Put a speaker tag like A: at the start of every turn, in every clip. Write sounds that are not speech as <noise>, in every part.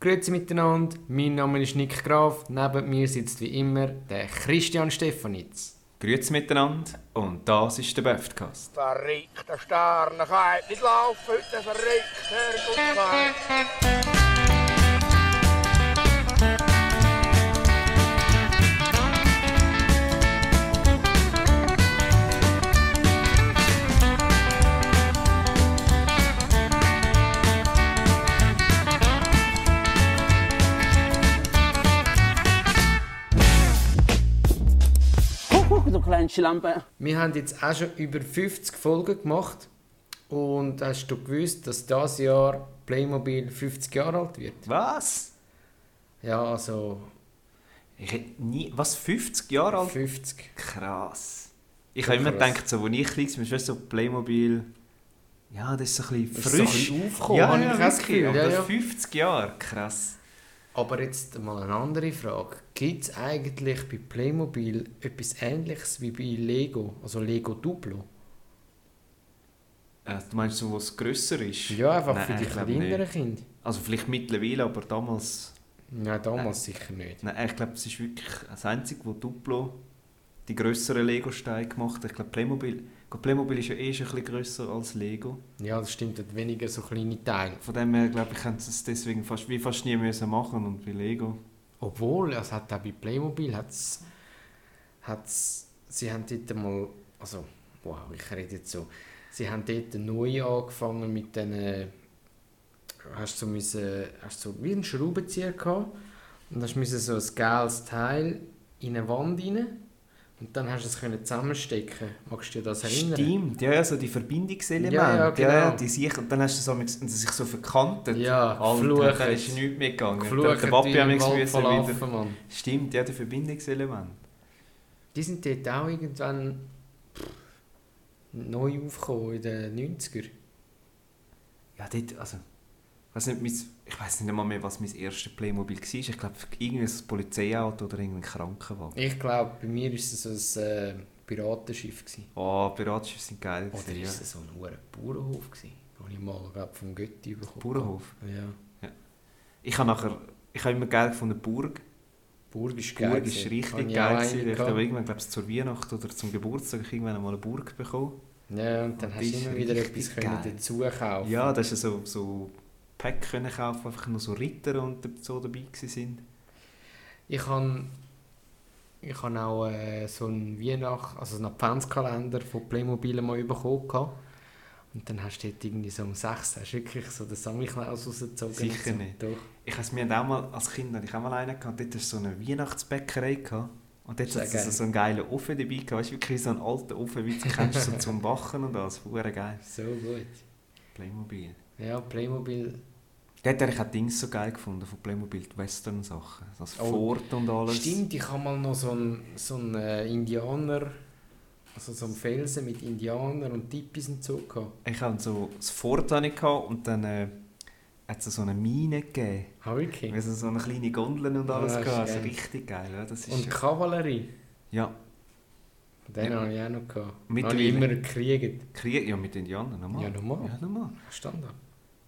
A: Grüezi miteinander, mein Name ist Nick Graf, neben mir sitzt wie immer der Christian Stefanitz.
B: Grüezi miteinander und das ist der Böftcast.
C: Verrückter Stern, ich kann nicht laufen, heute verrückter Gutschein.
D: Kuckuck, du kleine Schlampe.
A: Wir haben jetzt auch schon über 50 Folgen gemacht und hast du gewusst, dass das Jahr Playmobil 50 Jahre alt wird?
B: Was?
A: Ja, also
B: Ich hätte nie... Was, 50 Jahre alt?
A: 50.
B: Krass. Ich habe immer
A: Krass.
B: gedacht, so, als ich klein war, war so Playmobil... Ja, das ist so ein bisschen
A: Das ist so ein
B: frisch.
A: bisschen aufgekommen,
B: ja,
A: habe ich
B: ja,
A: auch das
B: wirklich.
A: Gefühl,
B: Aber
A: ja,
B: das
A: ja.
B: 50 Jahre, krass.
A: Aber jetzt mal eine andere Frage. Gibt es eigentlich bei Playmobil etwas ähnliches wie bei Lego, also Lego Duplo?
B: Äh, du meinst so, wo es grösser ist?
A: Ja, einfach
B: Nein,
A: für die
B: ich glaube
A: kleineren
B: nicht.
A: Kinder.
B: Also vielleicht mittlerweile, aber damals...
A: Nein, damals sicher nicht.
B: Nein, ich glaube, es ist wirklich das Einzige, wo Duplo die grösseren Lego-Steine gemacht hat. Ich glaube, Playmobil, gut, Playmobil ist ja eh schon ein bisschen grösser als Lego.
A: Ja, das stimmt, hat weniger so kleine Teile.
B: Von dem her, glaube ich, haben sie es deswegen fast, wie fast nie müssen machen und bei Lego.
A: Obwohl, es hat auch bei Playmobil hat's, hat's, sie haben dort mal, also, wow, ich rede jetzt so, sie haben dort neu angefangen mit diesen, hast du so müssen, hast du so wie einen Schraubenzieher gehabt und hast müssen so ein geiles Teil in eine Wand rein und dann hast du es können zusammenstecken. Magst du dir das erinnern?
B: Stimmt, ja, ja, so die Verbindungselemente.
A: Ja, ja, genau.
B: die sich, und dann hast du so, mit- und sie sich so verkantet.
A: Ja,
B: Alter,
A: geflucht.
B: da ist nichts mehr gegangen.
A: Geflucht,
B: der Papi
A: wie
B: hat
A: im
B: nichts
A: Wald
B: müssen
A: verlaufen,
B: wieder.
A: Mann.
B: Stimmt, ja, die Verbindungselemente.
A: Die sind dort auch irgendwann pff, neu aufgekommen in den 90er.
B: Ja, dort, also, weiss nicht, mein, ich weiß nicht mal mehr, was mein erstes Playmobil war. Ich glaube, irgendwie ein Polizeiauto oder irgendein Krankenwagen.
A: Ich glaube, bei mir war es so ein äh, Piratenschiff. Gewesen.
B: Oh, Piratschiffe sind geil.
A: Oder
B: gewesen,
A: war
B: ja.
A: es so ein hoher Bauernhof? Gewesen, den ich mal glaub, vom Götti bekommen
B: Bauernhof.
A: habe. Ja.
B: Ich habe nachher, ich habe immer geil gefunden, Burg.
A: Burg ist geil.
B: Burg ist
A: gewesen.
B: richtig
A: Habe ich
B: geil.
A: auch
B: gewesen.
A: eine
B: Ich habe
A: gehabt.
B: irgendwann, glaube ich, zur Weihnacht oder zum Geburtstag habe ich irgendwann mal eine Burg bekommen.
A: Ja, und dann
B: Und
A: hast
B: die
A: du
B: ist
A: immer wieder
B: richtig
A: etwas können
B: geil.
A: dazu kaufen.
B: Ja, da hast du so, so Pack können kaufen, einfach nur so Ritter und so dabei gewesen sind.
A: Ich habe ich han auch äh, so einen Weihnacht, also einen Adventskalender von Playmobil mal bekommen. Gehabt. Und dann hast du dort irgendwie so um 6 hast du wirklich so den Sammelklaus rausgezogen. und
B: Sicher
A: so.
B: nicht.
A: Doch.
B: Ich weiß, wir hatten auch mal als Kind hatte ich auch mal einen gehabt, dort hast du so eine Weihnachtsbäckerei gehabt. Und dort
A: Sehr
B: hast du so,
A: geil.
B: so einen geilen Ofen dabei gehabt. Weißt du, wirklich so einen alten Ofen, wie du kennst, so zum Backen und alles. Fuhr geil.
A: So gut.
B: Playmobil.
A: Ja, Playmobil.
B: Dort habe ich auch Dings so geil gefunden von Playmobil, die Western-Sachen. So Das
A: Oh,
B: Fort und alles.
A: Stimmt, ich habe mal noch so einen, so einen äh, Indianer, also so einen Felsen mit Indianern und Tippis und so gehabt.
B: Ich hatte so das Fort hatte ich gehabt und dann äh, hat es so eine Mine gegeben.
A: Ah, wirklich?
B: Wir sind so eine kleine Gondeln und alles
A: Ah, das ist
B: gehabt. Also
A: geil.
B: richtig geil, ja. Das ist
A: Und
B: ja-
A: Kavallerie.
B: ja,
A: Den
B: Ja.
A: habe ich auch noch gehabt. Den habe ich
B: Mittlerweile.
A: immer gekriegt.
B: Krieg, ja mit Indianern, nochmal.
A: Ja, nochmal.
B: Ja, nochmal.
A: Standard.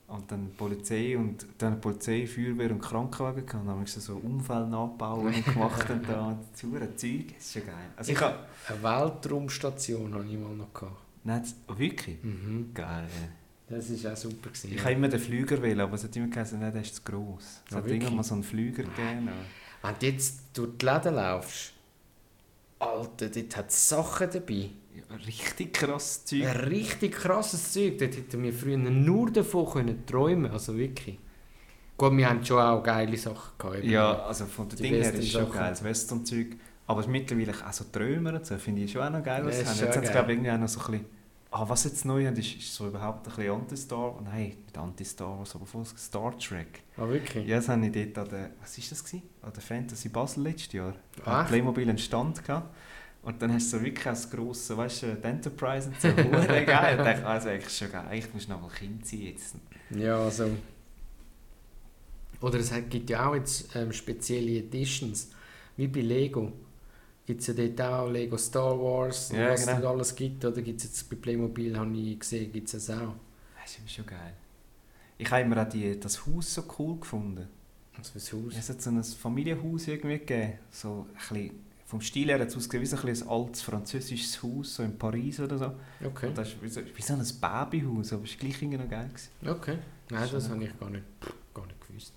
B: Und dann Polizei und dann Polizei, Feuerwehr und Krankenwagen gehabt. Dann haben wir so Unfälle nachbauen und gemacht und da und zu Zeug. Das ist schon geil. Also ich,
A: Ich-
B: hab-
A: Eine Weltraumstation habe ich mal noch gehabt.
B: Nein, das, oh, wirklich?
A: Mhm.
B: Geil.
A: Das war auch super. Gewesen,
B: Ich
A: ja.
B: habe immer den Flüger wählen, aber es hat immer geheißen, nein, der ist zu gross. Es
A: Ja,
B: hat
A: wirklich?
B: irgendwann mal so einen Flüger gegeben. aber-
A: Wenn du jetzt durch die Läden laufst, Alter, dort hat es Sachen dabei.
B: Ja, richtig krasses Zeug.
A: Ein richtig krasses Zeug. Dort hätten wir früher nur davon können träumen Also wirklich. Gut, wir haben schon auch geile Sachen gehabt. eben.
B: Ja, also von den
A: Die
B: Dingen her ist es schon
A: Western-Sachen.
B: geil, das Western-Zeug. Aber mittlerweile auch so Träumer und so, finde ich schon auch noch geil,
A: Ja,
B: was sie
A: ist
B: haben.
A: schon
B: Jetzt hat es,
A: geil.
B: glaube ich, irgendwie auch noch so ein bisschen, ah, was jetzt neu haben, ist, ist so überhaupt ein bisschen Anti-Star, oh nein, nicht Anti-Star, Wars, aber voll Star Trek.
A: Ah, wirklich?
B: Ja, das habe ich dort an der, was ist das gewesen? An der Fantasy Basel letztes Jahr.
A: Ah.
B: Hat Playmobil einen Stand gehabt. Und dann hast du so wirklich auch das grosse, weißt du, die Enterprise und so, hure geil. Und dachte, also eigentlich schon geil, ich muss noch mal Kind sein jetzt.
A: Ja, also. Oder es hat, gibt ja auch jetzt ähm, spezielle Editions. Wie bei Lego. Gibt es ja dort auch Lego Star Wars und
B: Ja,
A: was es
B: genau.
A: dort alles gibt. Oder gibt es jetzt bei Playmobil, habe ich gesehen, gibt es das auch.
B: Das ist schon geil. Ich habe immer auch die, das Haus so cool gefunden.
A: Was für ein Haus?
B: Es hat so ein Familienhaus irgendwie gegeben. So ein bisschen, vom Stil her hat es ausgesehen wie so ein, bisschen ein altes französisches Haus, so in Paris oder so.
A: Okay,
B: Und das ist wie so, wie so ein Babyhaus, aber es war gleich irgendwie noch geil. Gewesen.
A: okay. Nein,
B: Ist
A: das
B: schon
A: habe ich gar nicht, gar nicht gewusst.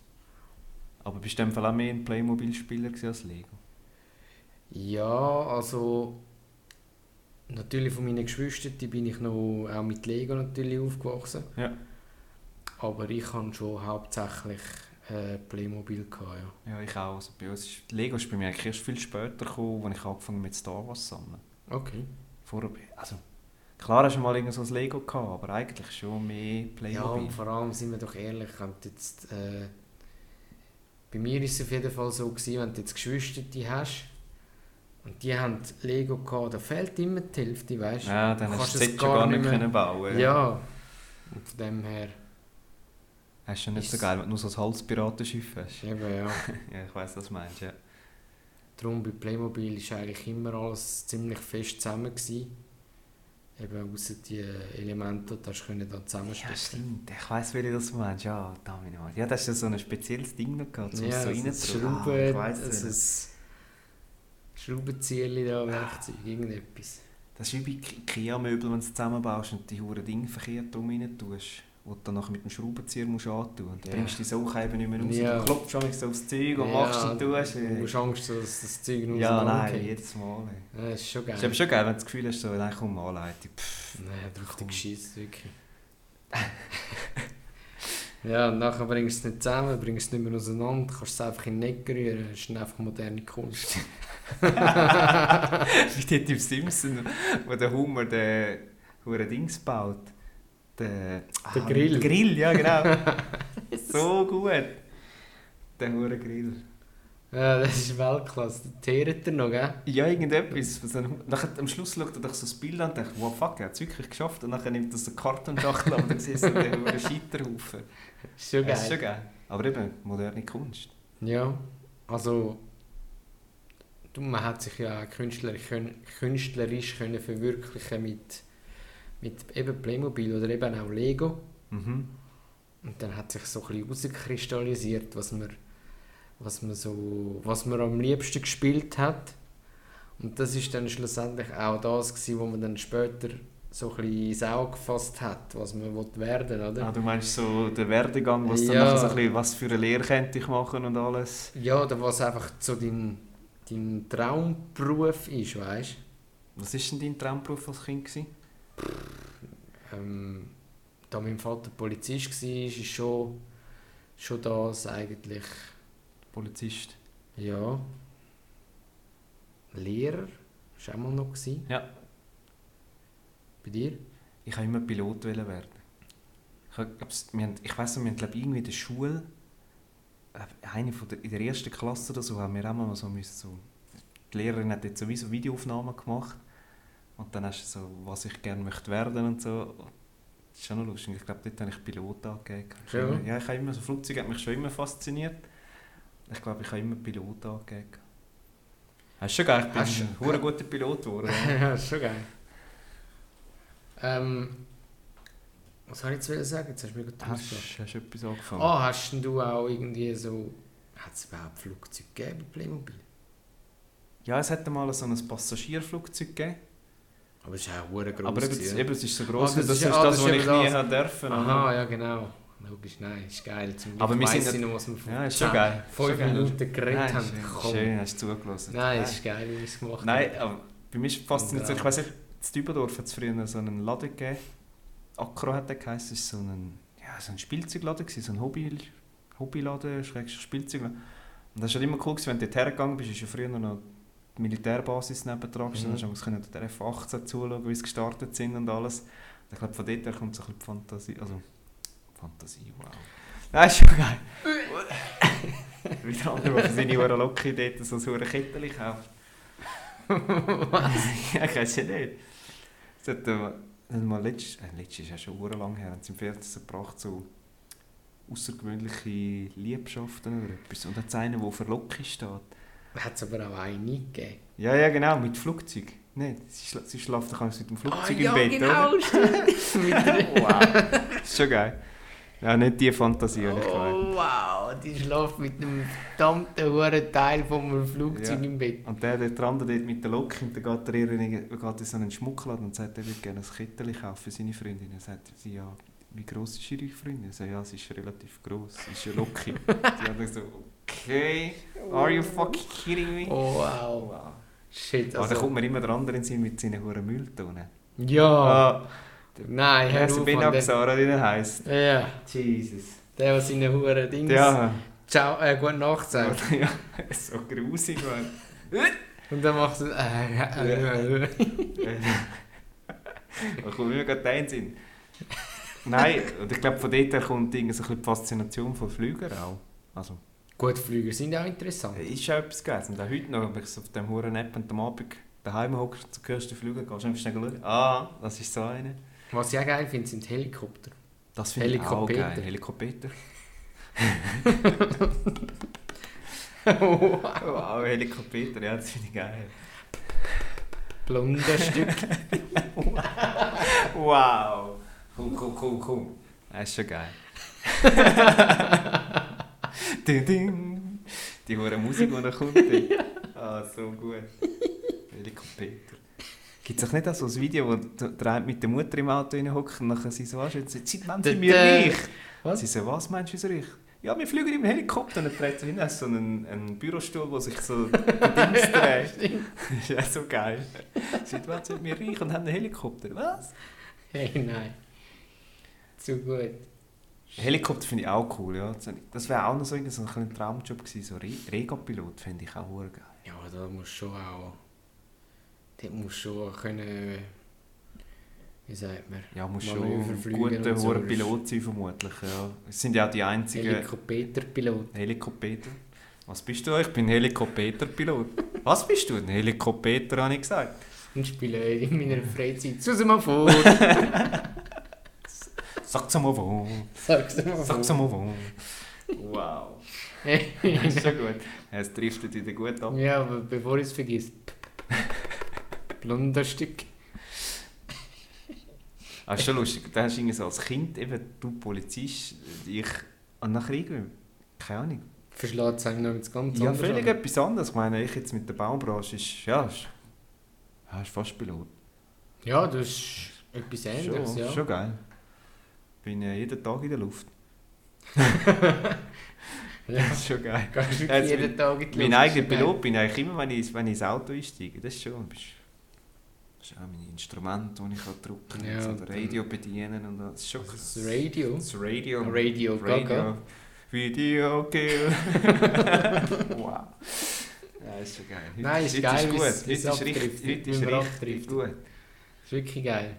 B: Aber bist du in dem Fall auch mehr ein Playmobil-Spieler gewesen als Lego?
A: Ja, also natürlich von meinen Geschwistern die bin ich noch auch mit Lego natürlich aufgewachsen.
B: Ja.
A: Aber ich habe schon hauptsächlich äh, Playmobil gehabt, ja.
B: Ja, ich auch. Also bei uns ist, Lego ist bei mir eigentlich erst viel später gekommen, als ich angefangen habe mit Star Wars zu sammeln.
A: Okay.
B: Vorher, bin- also, klar hast du mal irgend so ein Lego gehabt, aber eigentlich schon mehr
A: Ja,
B: Playmobil.
A: und vor allem, sind wir doch ehrlich, wenn du jetzt, äh, bei mir war es auf jeden Fall so, gewesen, wenn du jetzt Geschwister die hast und die haben Lego gehabt, da fehlt immer die Hälfte, weißt du?
B: Ja, dann
A: Kannst
B: hast du
A: es
B: das
A: gar
B: gar
A: nicht
B: nicht
A: mehr-
B: können bauen.
A: Ja. Und von dem her,
B: Das ist schon nicht so
A: Ist-
B: geil, wenn du nur so ein Halspiratenschiff hast.
A: eben ja.
B: Ja, ich weiss, was du meinst, ja.
A: Darum bei Playmobil war eigentlich immer alles ziemlich fest zusammen. Gewesen. Eben außer die Elemente, die hast du können dann
B: Ja,
A: zusammenstecken.
B: stimmt. Ich weiss, wie du das meinst. Ja, Damino. Ja, das ist ja so ein spezielles Ding noch gehabt, um es so
A: es ist
B: reinzudrücken.
A: Schrauben,
B: Ah, ich weiss
A: es
B: nicht.
A: ist Schraubenzieher da, Werkzeug, irgendetwas.
B: Das ist wie bei Ki- IKEA-Möbeln, wenn du es zusammenbaust und die hure Dinge verkehrt drum rein tust, wo du dann nachher mit dem Schraubenzieher musst antun musst. Und
A: Ja.
B: dann bringst du die Sache eben nicht mehr raus.
A: Ja.
B: Du klopfst schon so aufs Zeug und machst und tust. äh.
A: Du musst Angst, haben, dass das Zeug nur
B: Ja, nein, jedes Mal. ey.
A: Das ist schon
B: Ist aber
A: geil.
B: schon geil, wenn du das Gefühl hast, so, nein, komm, Anleitung. Pff,
A: Nein, drauf den
B: Komm.
A: Geschiss, wirklich. <laughs> ja, und nachher bringst du es nicht zusammen, bringst es nicht mehr auseinander, kannst es einfach in den Ecken rühren. Das ist dann einfach moderne
B: <laughs>
A: Kunst. <laughs>
B: wie dort im Simpson, wo der Hummer den hure Dings baut. Den,
A: Den Grill.
B: Den Grill,
A: <laughs>
B: ja genau. so gut. Der hure Grill.
A: Ja, das ist Weltklasse. Der Tee hat er noch, gell?
B: Ja, irgendetwas. Was dann- um, Nachher, am Schluss schaut er doch so das Bild an und denkt, wow, fuck, er hat es wirklich geschafft. Und dann nimmt er so eine Kartonschachtel und dann siehst du den
A: <laughs>
B: verdammten Scheiterhaufen.
A: Ist schon
B: Das ist schon
A: geil.
B: geil. Aber eben, moderne Kunst.
A: Ja, also... du, Man hat sich ja auch künstlerisch, können, künstlerisch können verwirklichen mit, mit eben Playmobil oder eben auch Lego.
B: Mhm.
A: Und dann hat sich so ein bisschen herauskristallisiert, was man, was, man so, was man am liebsten gespielt hat. Und das ist dann schlussendlich auch das, gewesen, wo man dann später so ein bisschen ins Auge gefasst hat, was man will werden oder?
B: Ah, du meinst so den Werdegang, was dann
A: Ja.
B: nachher so ein bisschen, was für eine Lehre könnte ich machen und alles.
A: Ja, oder was einfach so dein, dein Traumberuf ist, weißt
B: Was war denn dein Traumberuf als Kind? Gewesen?
A: ähm, Da mein Vater Polizist war, ist schon, schon das eigentlich,
B: Polizist.
A: ja. Lehrer war auch mal noch. Gewesen.
B: Ja.
A: Bei dir? <laughs>
B: Ich wollte immer Pilot werden. Ich, hab- glaub's- wir haben- ich weiss noch, wir haben glaub, irgendwie in der Schule, äh, eine von der, in der ersten Klasse oder so, haben wir auch mal so müssen, so, die Lehrerin hat jetzt sowieso Videoaufnahmen gemacht und dann hast du so, was ich gerne möchte werden und so. Das ist schon noch lustig. Ich glaube, dort habe ich Pilot angegeben. Ich hab
A: Ja.
B: immer- Ja, ich habe immer so Flugzeuge, hat mich schon immer fasziniert. Ich glaube, ich habe immer Pilot angegeben. Hast du schon gedacht,
A: Hast
B: ich bin ein
A: du-
B: hure guter Pilot geworden?
A: ja, ist schon geil. Ähm, was habe ich jetzt wollen sagen? Jetzt hast du mir gerade ausgesprochen.
B: hast, hast du etwas angefangen?
A: Ah, hast denn du auch irgendwie so... Hat es überhaupt Flugzeuge gegeben bei Playmobil?
B: Ja, es hätte mal so ein Passagierflugzeug gegeben.
A: Aber es ist auch hure groß.
B: aber eben, es- eben, es ist so groß,
A: Ah,
B: das,
A: das ist-
B: ist
A: ah,
B: das,
A: das
B: was
A: ist
B: ich
A: eben
B: nie
A: das.
B: haben dürfen.
A: Aha, ja genau. Logisch, nein, ist geil. Zum Glück
B: Aber wir
A: weiss
B: sind
A: ich noch, was wir vor
B: Ja, ist
A: zehn-
B: schon geil.
A: fünf
B: Schon geil.
A: Minuten geredet
B: Nein,
A: haben.
B: schön,
A: Komm.
B: schön, hast du zugelassen.
A: Nein, es ist geil, wie wir es gemacht
B: Nein,
A: haben.
B: aber bei mir ist faszinierend.
A: Und, äh,
B: Ich weiß nicht, in Dübendorf hat es früher so einen Laden gegeben. Akro hat er geheißen. Es war so ein, ja, so ein Spielzeugladen, gewesen, so ein Hobby, Hobbyladen, Schrägstrich Spielzeugladen. Und das ist halt immer cool, gewesen, wenn du dort hergegangen bist, ist ja früher noch die Militärbasis nebendran. Mhm.
A: Mhm.
B: Dann hast du der F-18 zuschauen, wie sie gestartet sind und alles. Und ich glaube, von dort her kommt so ein bisschen die Fantasie. Also, Fantasie, wow. Nein, ist schon geil. Wie der andere, der für seine Uhren Locke dort so ein Uhrkettel kauft. <laughs> ja, ich weiß ja nicht. Es hat äh, dann mal letzt, äh, letztes ist ja schon urlang her, haben sie im Fernsehen gebracht, so außergewöhnliche Liebschaften oder etwas. Und dann hat einer, der für Locke steht.
A: Hat es aber auch eine gegeben.
B: Ja, ja, genau, mit Flugzeug. Nein, sie, schla sie schlaft doch alles mit dem Flugzeug
A: Ah,
B: <laughs> im Bett, oder?
A: stimmt. Mit der-
B: wow, ist schon geil. Ja, nicht die Fantasie, habe ich gemeint.
A: Oh, wow, die schläft mit einem verdammten hohen Teil vom Flugzeug
B: Ja.
A: im Bett.
B: Und der dort dran, der dort mit der Locke, und dann geht er ihr- geht in so einen Schmuckladen und sagt, er würde gerne ein Kettchen kaufen für seine Freundin. Dann sagt sie, ja, wie gross ist ihre Freundin? Er sagt, ja, sie ist relativ gross, sie ist eine Locke. <laughs> sie hat dann so, okay, are you fucking kidding me?
A: Oh, wow.
B: wow.
A: Shit,
B: Aber dann
A: also...
B: Ah, kommt mir immer der andere in den Sinn mit seinen hohen Mülltonnen.
A: Ja,
B: Ah,
A: nein,
B: ich
A: hör
B: heiße
A: auf,
B: bin
A: Mann. Der,
B: Sarah, wie der heisst.
A: ja,
B: Jesus.
A: der, der seine hohen Dings...
B: Ja,
A: Ciao, äh, gute Nacht sagt.
B: <laughs> ja, so grusig, man.
A: Und dann macht er... Äh, äh,
B: <laughs>
A: äh.
B: Da kommt immer gerade ein Sinn. Nein, und ich glaube, von dort her kommt irgendwie so ein bisschen die Faszination von Flügern auch. Also,
A: <laughs> Gut, Flüger sind auch interessant.
B: es ist schon etwas gewesen. Und auch heute noch, wenn ich so auf dem huren App und am Abend daheim hocke, zu hörst du Flüger, gehst du einfach schnell schauen. Ah, das ist so eine.
A: Was ich auch geil finde, sind Helikopter.
B: Das finde ich auch
A: Helikopter.
B: geil. Helikopter. <laughs> Wow, Helikopter, ja, das finde ich geil.
A: Blonde <laughs> Stück.
B: Wow! Komm, komm, komm, komm. Das ist schon <laughs> geil. ding, ding. Die hohe Musik, die noch kommt. ey. Ah, so gut. Helikopter. Gibt es auch nicht auch so ein Video, wo der eine mit der Mutter im Auto hockt und nachher sie so anschreit, seit wann sind wir
A: Dä- dä-
B: reich?
A: Was?
B: Sie so, was meinst du, wieso reich? Ja, wir fliegen im Helikopter und dann dreht so hin, hast so einen, einen Bürostuhl, wo sich so der Dings dreht. <laughs> ist ja so geil. Seit wann sind wir reich und haben einen Helikopter? Was?
A: Hey, nein. Zu gut.
B: Helikopter finde ich auch cool, ja. Das wäre auch noch so, irgend so ein kleiner Traumjob gewesen, so Re Regapilot finde ich auch hure geil.
A: Ja, aber da musst du schon auch... Dort musst du schon auch können... äh, Wie sagt man?
B: Ja, muss
A: Manöver
B: schon ein
A: fliegen
B: guter
A: und so.
B: hoher Pilot sein vermutlich, ja. Es sind ja auch die einzigen
A: Helikopterpilot.
B: Helikopter. Was bist du? Ich bin Helikopterpilot. Was bist du? Ein Helikopter, habe ich gesagt.
A: Und spiele in meiner Freizeit. Zu mal vor!
B: Sag's mal wo.
A: <laughs> Sag's mal vor.
B: Sag's mal wo. Wow. Das <laughs> ist so gut. Es driftet wieder gut ab.
A: ja, aber bevor ich es vergisst. Blonder Stück.
B: Das ist schon lustig. Da hast du irgendwie so als Kind eben, du Polizist, ich... Und nachher irgendwie, keine Ahnung.
A: Verschlägt es einem noch ins Ganze.
B: Ja,
A: anders
B: völlig
A: an.
B: etwas anderes. Ich meine, ich jetzt mit der Baubranche ist, ja, ist, ja, ist fast Pilot.
A: Ja, das ist etwas
B: schon,
A: anderes, ja.
B: schon geil. Bin ja jeden Tag in der Luft. <laughs>
A: ja.
B: ist schon geil.
A: <laughs> Gehst wirklich
B: Jetzt
A: jeden Tag in die
B: Mein
A: Luft,
B: eigener
A: ist schon geil.
B: Pilot bin ich eigentlich immer, wenn ich, wenn ich ins Auto einsteige. Das ist schon. bist- Das ist auch mein Instrument, das ich kann drücken kann.
A: Ja,
B: so
A: und
B: das
A: dann-
B: Radio bedienen und das. das ist schon
A: Also
B: krass.
A: Das Radio.
B: Das Radio.
A: Radio Gaga.
B: Video Kill. <laughs> wow. Ja, ist schon geil. Heute,
A: Nein, ist
B: heute
A: geil,
B: ist gut.
A: wie's-
B: Heute
A: wie's
B: ist
A: abtrifft,
B: richtig, heute
A: wie
B: ist
A: man
B: richtig
A: abtrifft.
B: gut.
A: Das ist wirklich geil.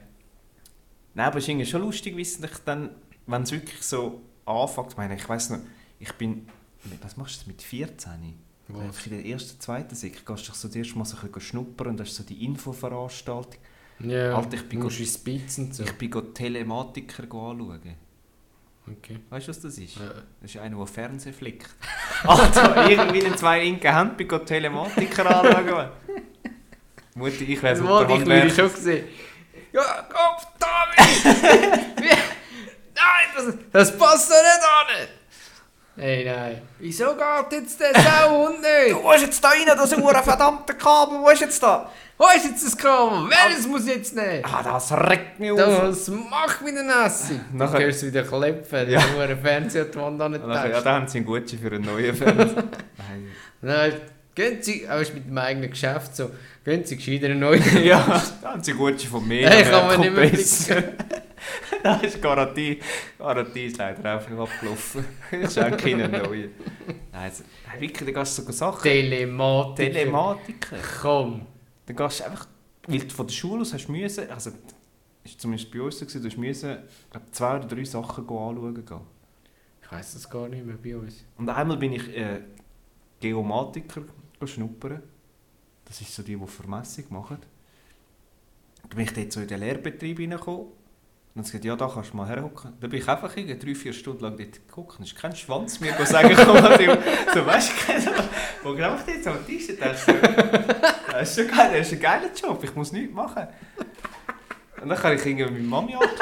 B: Nein, aber es ist irgendwie schon lustig, wie es sich dann, wenn es wirklich so anfängt. Ich meine, ich weiß noch, ich bin, was machst du mit 14? Einfach in der ersten, zweiten Sek gehst du dich so das erste Mal so ein bisschen schnuppern und hast so die Infoveranstaltung.
A: Ja,
B: Alter, ich bin
A: musst
B: gut-
A: in Spitzen und so.
B: Ich bin gerade Telematiker anschauen.
A: Okay.
B: Weißt du, was das ist?
A: Ja.
B: Das ist einer, der Fernsehen flickt. <laughs> Alter, irgendwie in zwei linken Händen bin gerade Telematiker anschauen. Mutti, ich wäre
A: Das wollte ich mir
B: super
A: schon gesehen.
B: Ja, komm, Tommy!
A: <laughs> Nein, das, das passt doch nicht an! Ey, nein. Wieso geht jetzt der Sauhund nicht?
B: Wo ist jetzt da rein, das Uhr verdammte Kabel? Wo ist jetzt da?
A: Wo ist jetzt das Kabel? Welches muss ich jetzt nehmen?
B: Ah, das regt mich auf.
A: Das macht mich nass. Dann
B: Nachher-
A: gehst du wieder klepfen.
B: Ja.
A: Ja. Du einen Fernseher die Wand an den
B: Und nachher, Also, ja,
A: Tisch.
B: da haben sie einen Gutschein für einen
A: <laughs>
B: neuen Fernseher. Nein.
A: Nein, gehen Sie, aber ist mit dem eigenen Geschäft so, gehen Sie gescheiter einen neuen.
B: ja, da haben sie einen Gutschein von mir.
A: Hey,
B: aber
A: kann man
B: kommt
A: nicht mehr
B: besser. <laughs> Das ist Garantie. Garantie ist leider einfach abgelaufen. Ich schenke ihnen einen neuen. Nein, also, nein, wirklich, da gehst du sogar Sachen.
A: Telematik.
B: Telematiker.
A: Komm.
B: Dann gehst du einfach, weil du von der Schule aus hast müssen, also ist zumindest bei uns so, gewesen, du hast müssen glaub, zwei oder drei Sachen go anschauen gehen.
A: Ich weiss das gar nicht mehr bei uns.
B: Und einmal bin ich äh, Geomatiker go schnuppern. Das ist so die, die Vermessung machen. Dann bin ich dort so in den Lehrbetrieb reingekommen. Und dann gesagt, ja, da kannst du mal herhocken. Dann bin ich einfach irgendwie drei, vier Stunden lang dort geguckt. Dann ist kein Schwanz mir go sagen gekommen. was ich- so, weißt du, so, wo greift jetzt am Tisch? Und dachte ich so, Das ist schon geil, das ist ein geiler Job, ich muss nichts machen. Und dann kann ich irgendwie meine Mami anrufen.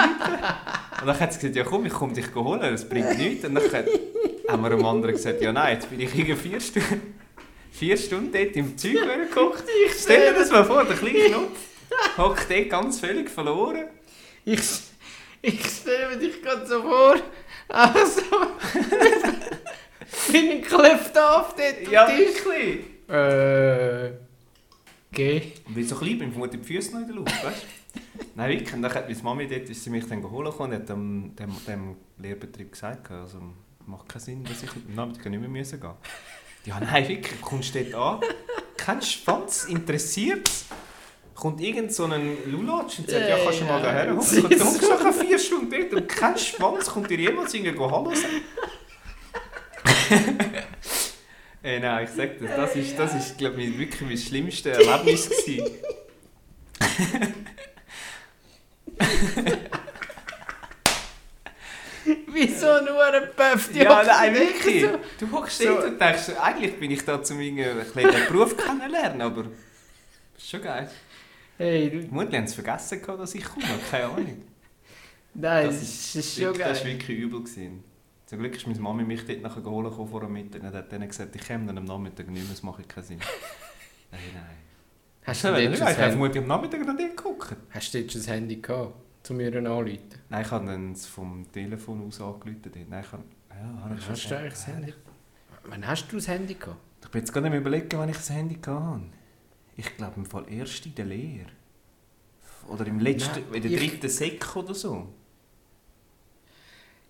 B: Und dann hat sie gesagt, ja komm, ich komme dich holen, das bringt nichts. Und dann hat- haben wir dem anderen gesagt, ja nein, jetzt bin ich irgendwie vier Stunden, vier Stunden dort im Zeug geguckt. Stell dir das mal vor, der kleine Knopf hockt dort ganz völlig verloren.
A: Ich, ich stelle mir dich gerade so vor. Also. <laughs> bin ich kleft auf dort
B: Ja,
A: am Tisch.
B: wirklich.
A: Äh.
B: <laughs>
A: Okay.
B: Und weil ich so klein bin, vermutlich die Füße noch in der Luft, weißt du? Nein, wirklich. Und dann hat meine Mami dort, ist sie mich dann geholt und hat dem, dem, dem Lehrbetrieb gesagt, also macht keinen Sinn, dass ich am Nachmittag nicht mehr müssen gehen Ja, nein, wirklich. Du kommst dort an, kein Schwanz, interessiert Kommt irgend so ein Lulatsch und sagt, ja, kannst du mal da her? Und dann hockst <laughs> du nachher vier Stunden dort und kein Schwanz kommt dir jemals irgendwie Hallo sagen. Ey, Äh, nein, ich sag das, das ist, das ist glaube ich, wirklich
A: <laughs>
B: mein schlimmstes Erlebnis gewesen.
A: Wieso nur ein Puff? Die
B: Ja,
A: hockt
B: nein,
A: dort
B: wirklich.
A: so.
B: Du hockst
A: so-
B: dort und denkst, eigentlich bin ich da, um irgendwie ein bisschen den Beruf kennenlernen, aber... Ist schon geil.
A: Hey, du-
B: Vermutlich haben sie vergessen, gehabt, dass ich komme, keine Ahnung.
A: nein, das,
B: Das
A: ist, das ist schon
B: Wirklich, Das war
A: geil.
B: wirklich übel. Gewesen. Zum Glück ist meine Mami mich dort nachher geholt gekommen vor dem Mittag und hat dann gesagt, ich komme dann am Nachmittag nicht mehr, das macht
A: <laughs>
B: keinen Sinn. nein, nein.
A: Hast
B: Ja,
A: du
B: wenn
A: dort
B: Ich
A: schon das
B: habe
A: Handy,
B: vermutlich am Nachmittag noch dort geguckt.
A: hast du dort schon das Handy gehabt, um mir anzuleiten?
B: Nein, ich habe dann vom Telefon aus angeläutet. Nein, ich habe... Ja, habe ich schon-
A: Hast du eigentlich das Handy? Wann hast du das Handy gehabt?
B: Ich bin jetzt gar nicht mehr überlegen, wann ich das Handy hatte. Ich glaube im Fall erst in der Lehre. Oder im letzten,
A: Nein,
B: in der
A: ich-
B: dritten Sek oder so.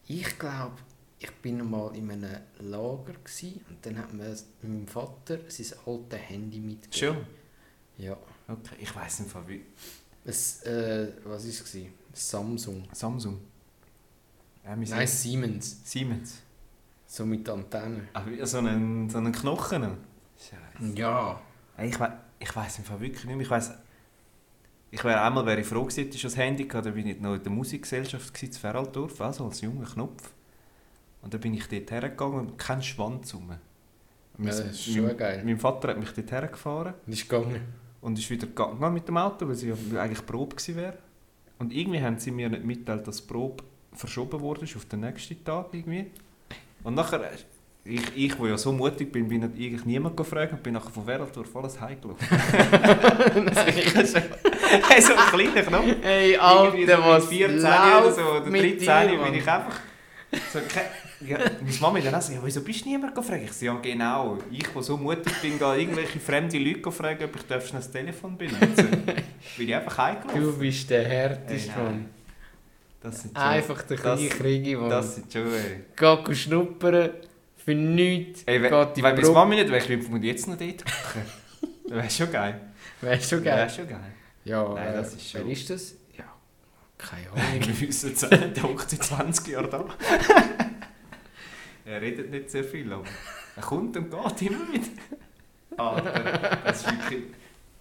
A: Ich glaube, ich bin mal in einem Lager gsi und dann hat mir mein Vater sein altes Handy mitgegeben.
B: Schon?
A: Ja.
B: Okay, ich weiß im Fall wie.
A: Es, äh, was ist es? gsi? Samsung.
B: Samsung. Ja, wir sind-
A: Nein, Siemens.
B: Siemens.
A: So mit Antenne.
B: Ah, wie- so einen, so einen Knochen. Scheiße.
A: Ja.
B: Ey, Ich, we ich weiß im Fall wirklich nicht mehr. Ich weiß. Ich wäre einmal wäre ich froh gewesen, hätte ich schon das Handy gehabt, da bin ich noch in der Musikgesellschaft gewesen, in Feraldorf, also als junger Knopf. Und dann bin ich dort hergegangen und kein Schwanz rum.
A: Ja, das Äh, ist schon
B: mein,
A: geil.
B: Mein Vater hat mich dort hergefahren
A: Und ist
B: <laughs>
A: gegangen.
B: und ist wieder gegangen mit dem Auto, weil sie ja eigentlich Probe gewesen wäre. Und irgendwie haben sie mir nicht mitgeteilt, dass die Probe verschoben wurde auf den nächsten Tag irgendwie. Und nachher, äh, ich, ich wo ja so mutig bin, bin nicht eigentlich niemand gefragt und bin nachher von Weraldorf alles heimgelaufen. das ist <laughs> hey, so Also, ein kleiner Knopf.
A: Hey,
B: Irgendwie so mit 14 oder so, oder 13 bin ich einfach... So, ke- ja, meine Mama dann auch so, ja, wieso bist du niemand gefragt? Ich so, ja genau, ich, der so mutig bin, gehe irgendwelche fremde Leute fragen, ob ich darf schnell das
A: <laughs>
B: Telefon benutzen Bin ich einfach heimgelaufen.
A: Du bist der härteste
B: Ey, nein.
A: Mann.
B: Das sind schon-
A: Einfach der kleine
B: das-
A: Kriege, Mann.
B: Das sind schon... Ey,
A: Geh schnuppern, für nichts.
B: ey wenn,
A: geht die
B: wenn meine
A: Probe-
B: Mama nicht wäre, ich würde jetzt noch dort hocken. Das wäre schon geil.
A: Wärst du
B: Das
A: geil?
B: wäre schon geil.
A: Ja,
B: Nein,
A: äh,
B: das ist schon-
A: Wer ist das? Ja, keine Ahnung.
B: Wir wissen <laughs> es, äh, der hockt seit 20 Jahren da. er redet nicht sehr viel, aber er kommt und geht immer wieder. Alter, das, ist wirklich,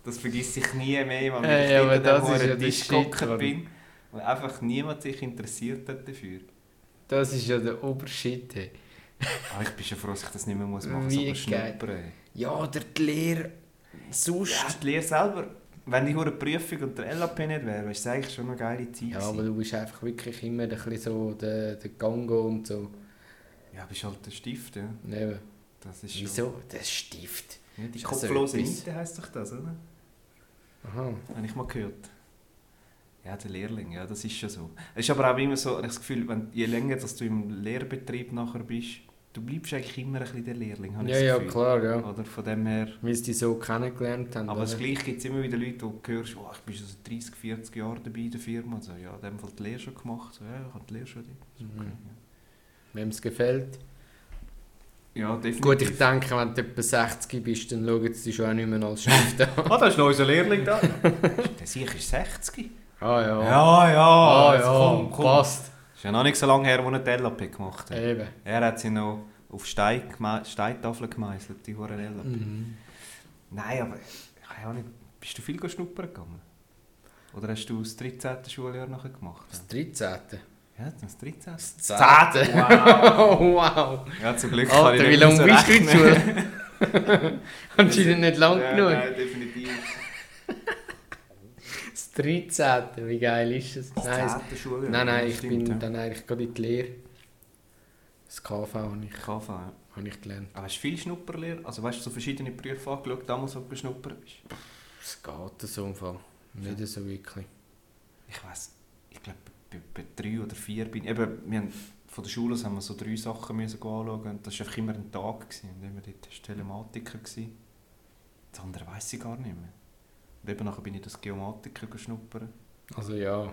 B: das vergisst ich nie mehr, wenn
A: Ey,
B: ich
A: aber
B: hinter
A: das
B: dem
A: ist ja
B: hohen
A: der
B: Tisch
A: Shit,
B: gehockt
A: Mann.
B: bin. Und einfach niemand sich interessiert hat dafür.
A: <laughs> Das ist ja der Obershit. Hey.
B: Aber Ah, ich bin schon froh, dass ich das nicht mehr muss machen
A: Wie
B: muss, so
A: geil.
B: schnuppern.
A: Ja, der die Lehre
B: Ja,
A: sonst.
B: die Lehre selber, wenn die hohe Prüfung und der LAP nicht wäre, wäre es eigentlich schon eine geile Zeit.
A: Ja,
B: gewesen.
A: aber du bist einfach wirklich immer ein bisschen so der, der Gango und so.
B: ja, bist halt der Stift, ja.
A: Neben.
B: Das ist schon-
A: Wieso? Der Stift.
B: Ja, die
A: Ist das so
B: kopflose
A: etwas?
B: Niete heisst doch das, oder?
A: Aha.
B: Habe ich mal gehört. Ja, der Lehrling, ja, das ist schon so. Es ist aber auch immer so, ich habe das Gefühl, wenn, je länger dass du im Lehrbetrieb nachher bist, du bleibst eigentlich immer ein bisschen der Lehrling, habe ich
A: Ja,
B: das
A: ja,
B: Gefühl.
A: klar, ja.
B: Oder von dem her.
A: Weil sie dich so kennengelernt haben.
B: Aber
A: oder?
B: das Gleiche gibt es immer wieder Leute, die du hörst, oh, ich bin schon seit 30, 40 Jahren dabei in der Firma. Und so, ja, in dem Fall die Lehre schon gemacht. So, ja, ich habe die Lehre schon. dort. So, okay,
A: Mhm. Wem es gefällt.
B: Ja, ja definitiv.
A: Gut, ich denke, wenn du etwa 60 bist, dann schauen sie dich schon auch nicht mehr als Stift an.
B: Ah, da ist noch unser Lehrling da. der sicher ist 60.
A: <laughs> Ah ja.
B: Ja, ja,
A: ah,
B: jetzt
A: ja.
B: komm, komm.
A: Passt.
B: Ist ja noch nicht so lange her, wo er die LAP gemacht hat.
A: Eben.
B: Er hat sie noch auf Stein geme- Steintafeln gemeißelt, die hohen LAP.
A: Mhm.
B: Nein, aber ich auch nicht. Bist du viel schnuppern gegangen? Oder hast du das 13. Schuljahr nachher gemacht?
A: Das 13.
B: Ja, das 13. Das
A: Zehnte. Oh, <laughs> wow.
B: Ja, zum Glück kann ich
A: Alter, wie
B: nicht
A: lange
B: mehr so
A: bist du in der
B: rechnen.
A: Schule?
B: <laughs>
A: Anscheinend nicht lang
B: ja,
A: genug.
B: Nein, definitiv.
A: Das 13. Wie geil ist das?
B: Das
A: Nein,
B: zehnte Schuljahr.
A: es- nein, nein, ich
B: Stimmt,
A: bin
B: ja.
A: dann eigentlich gerade in die Lehre. Das KV habe ich,
B: KV, ja.
A: habe ich gelernt.
B: Aber hast du viel Schnupperlehre? Also weißt du, so verschiedene Berufe angeschaut, damals, ob du geschnuppert bist?
A: Es geht so im Fall. Nicht so wirklich.
B: Ich weiß, ich glaube, bei, bei drei oder vier bin ich. Eben, wir haben, von der Schule aus haben wir so drei Sachen müssen anschauen. Und das war einfach immer ein Tag. Gewesen. Und immer dort war Telematiker. Gewesen. Das andere weiß ich gar nicht mehr. Und eben nachher bin ich das Geomatiker geschnuppert.
A: Also ja.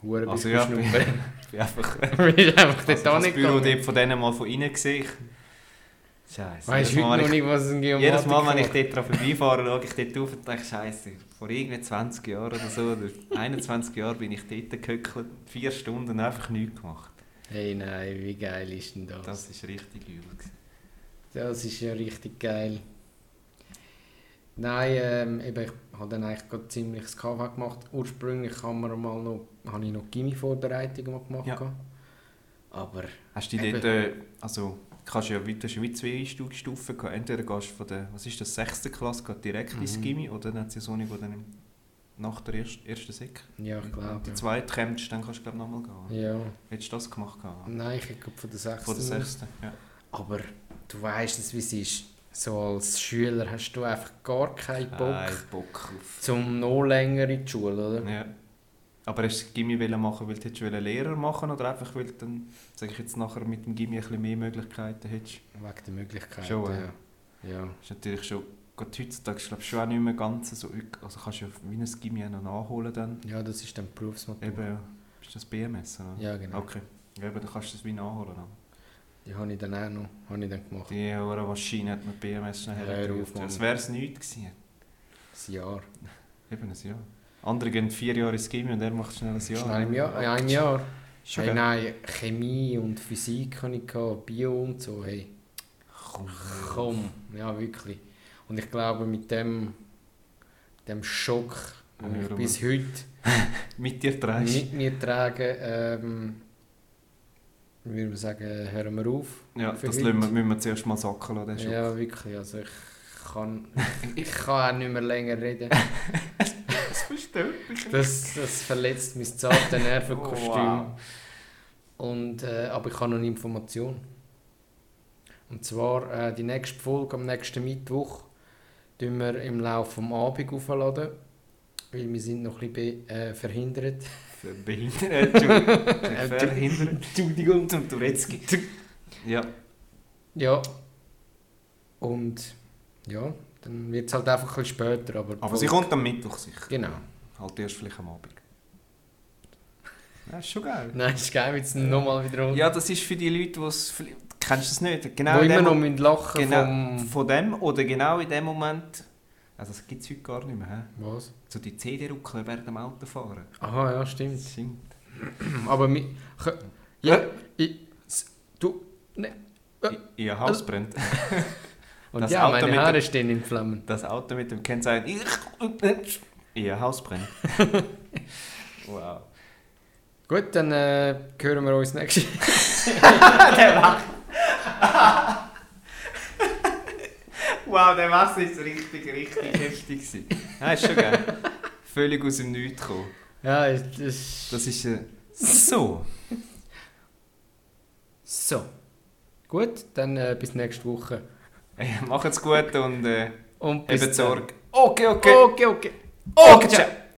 A: Hure
B: Also
A: also,
B: ja,
A: ja. Schnuppern. <laughs>
B: Ich bin einfach.
A: Bin ich einfach
B: Also ich
A: dort
B: habe
A: also,
B: das
A: nicht
B: Büro
A: gegangen.
B: dort von denen mal von innen gesehen. Scheiße.
A: Weißt du heute noch nicht, was ein Geomatiker
B: Jedes Mal, wenn ich
A: macht?
B: dort dran vorbeifahre, schaue ich dort auf und denke, Scheiße, vor irgendwie 20 Jahren oder so, oder 21 Jahren bin ich dort gehöckelt, vier Stunden und einfach nichts gemacht.
A: Hey nein, wie geil ist denn das?
B: Das war richtig übel. gewesen.
A: Das ist ja richtig geil. Nein, ähm, eben, ich habe dann eigentlich gerade ziemlich das KV gemacht. Ursprünglich haben wir mal noch, habe ich noch Gimmi-Vorbereitung mal gemacht.
B: Ja.
A: gehabt. Aber
B: Hast du dich dort, äh, also, kannst du ja wie- du hast ja wie zwei Einstiegsstufen gehabt. Entweder gehst du von der, was ist das, 6. Klasse grad direkt ins
A: Mhm.
B: Gimmi, oder dann hat es ja so eine, die dann im- nach der ersten, ersten Sek.
A: ja, ich
B: Und die
A: glaube.
B: zweite kämpfst, dann kannst du glaube nochmal gehen.
A: Ja. ja.
B: Hättest du das gemacht? Gehabt, oder?
A: Nein, ich hätte gerade von der 6.
B: Von der sechsten, ja.
A: Aber du weißt es, wie es ist. So als Schüler hast du einfach gar keinen Bock,
B: Kein Bock auf.
A: zum noch länger in die Schule, oder?
B: Ja. Aber hast du das Gimmi wollen machen, weil du hättest wollen Lehrer machen oder einfach weil du dann, sag ich jetzt nachher, mit dem Gimmi ein bisschen mehr Möglichkeiten hättest?
A: Wegen der Möglichkeiten.
B: Schon, ja.
A: ja. ja.
B: ist natürlich schon, gerade heutzutage ist glaub, ich, schon auch nicht mehr ganz so, also kannst du ja wie ein Gimmi auch noch nachholen dann.
A: Ja, das ist dann Berufsmotor.
B: Eben, ja. ist das BMS, oder?
A: Ja, genau.
B: Okay. Ja, eben, dann kannst du das wie nachholen. aber
A: Die habe ich dann auch noch habe ich dann gemacht.
B: Die hohe Maschine hat man BMS schnell
A: Hör
B: hergebracht.
A: auf, Mann.
B: Das wäre es nichts gewesen.
A: Das Jahr.
B: Eben ein Jahr. Andere gehen vier Jahre ins Gimmi und er macht schnell ein Jahr.
A: Schnell im Jahr. Ja, im Jahr.
B: Schon
A: Hey,
B: geil.
A: nein, Chemie und Physik hatte ich, gehabt, Bio und so. Hey,
B: Komm.
A: komm, ja wirklich. Und ich glaube, mit dem, dem Schock, den ich
B: Ja,
A: bis heute
B: Mit dir drehst
A: mit mir trage, ähm, würde man sagen, hören wir auf.
B: Ja,
A: für
B: das
A: heute.
B: lassen wir, müssen wir zuerst mal sacken lassen. den Schock. <laughs>
A: Ja, wirklich. Also ich kann, <laughs> ich kann auch nicht mehr länger reden.
B: Das versteht mich.
A: Das, das verletzt mein zartes Nervenkostüm.
B: Oh, Wow.
A: Und, äh, aber ich habe noch eine Information. Und zwar äh, die nächste Folge am nächsten Mittwoch tun wir im Laufe des Abends aufladen, weil wir sind noch ein bisschen be- äh, verhindert.
B: Behindert.
A: <laughs>
B: Entschuldigung. Verhindert.
A: Entschuldigung.
B: Zum Turetzki. Ja.
A: Ja. Und ja, dann wird es halt einfach ein bisschen später. Aber, die
B: Aber sie
A: Folge-
B: kommt am Mittwoch sicher.
A: Genau.
B: Halt erst vielleicht am Abend. Das ist schon geil.
A: Nein, ist geil, jetzt nochmal wieder runter.
B: Ja, das ist für die Leute, die es... vielleicht- Kennst du das nicht?
A: Genau,
B: Genau
A: Wo
B: in
A: immer
B: dem
A: noch müssen lachen
B: genau,
A: vom...
B: von dem oder genau in dem Moment... Also das gibt es heute gar nicht mehr. hä?
A: Was?
B: So die CD-Ruckler während dem Autofahren.
A: Aha, ja, stimmt.
B: Das stimmt.
A: Aber mi, Kö- ja, ich, s- du
B: I- Ihr Haus brennt.
A: und
B: Das
A: ja,
B: Auto
A: meine
B: mit
A: Haare
B: dem-
A: stehen in Flammen.
B: Das Auto mit dem Kennzeichen. Ihr Haus brennt. <laughs> wow.
A: Gut, dann äh, hören wir uns nächstes.
B: Wow, der Wasser ist richtig, richtig heftig. gewesen. Ja, ist schon geil. Völlig aus dem Nichts gekommen.
A: <laughs> Ja, ist- ist
B: Das ist äh, so.
A: so. Gut, dann äh, bis nächste Woche.
B: Hey, Macht's gut und äh,
A: Und bis
B: eben
A: dann.
B: Sorge. Okay, okay.
A: Okay, okay.
B: Okay, ciao.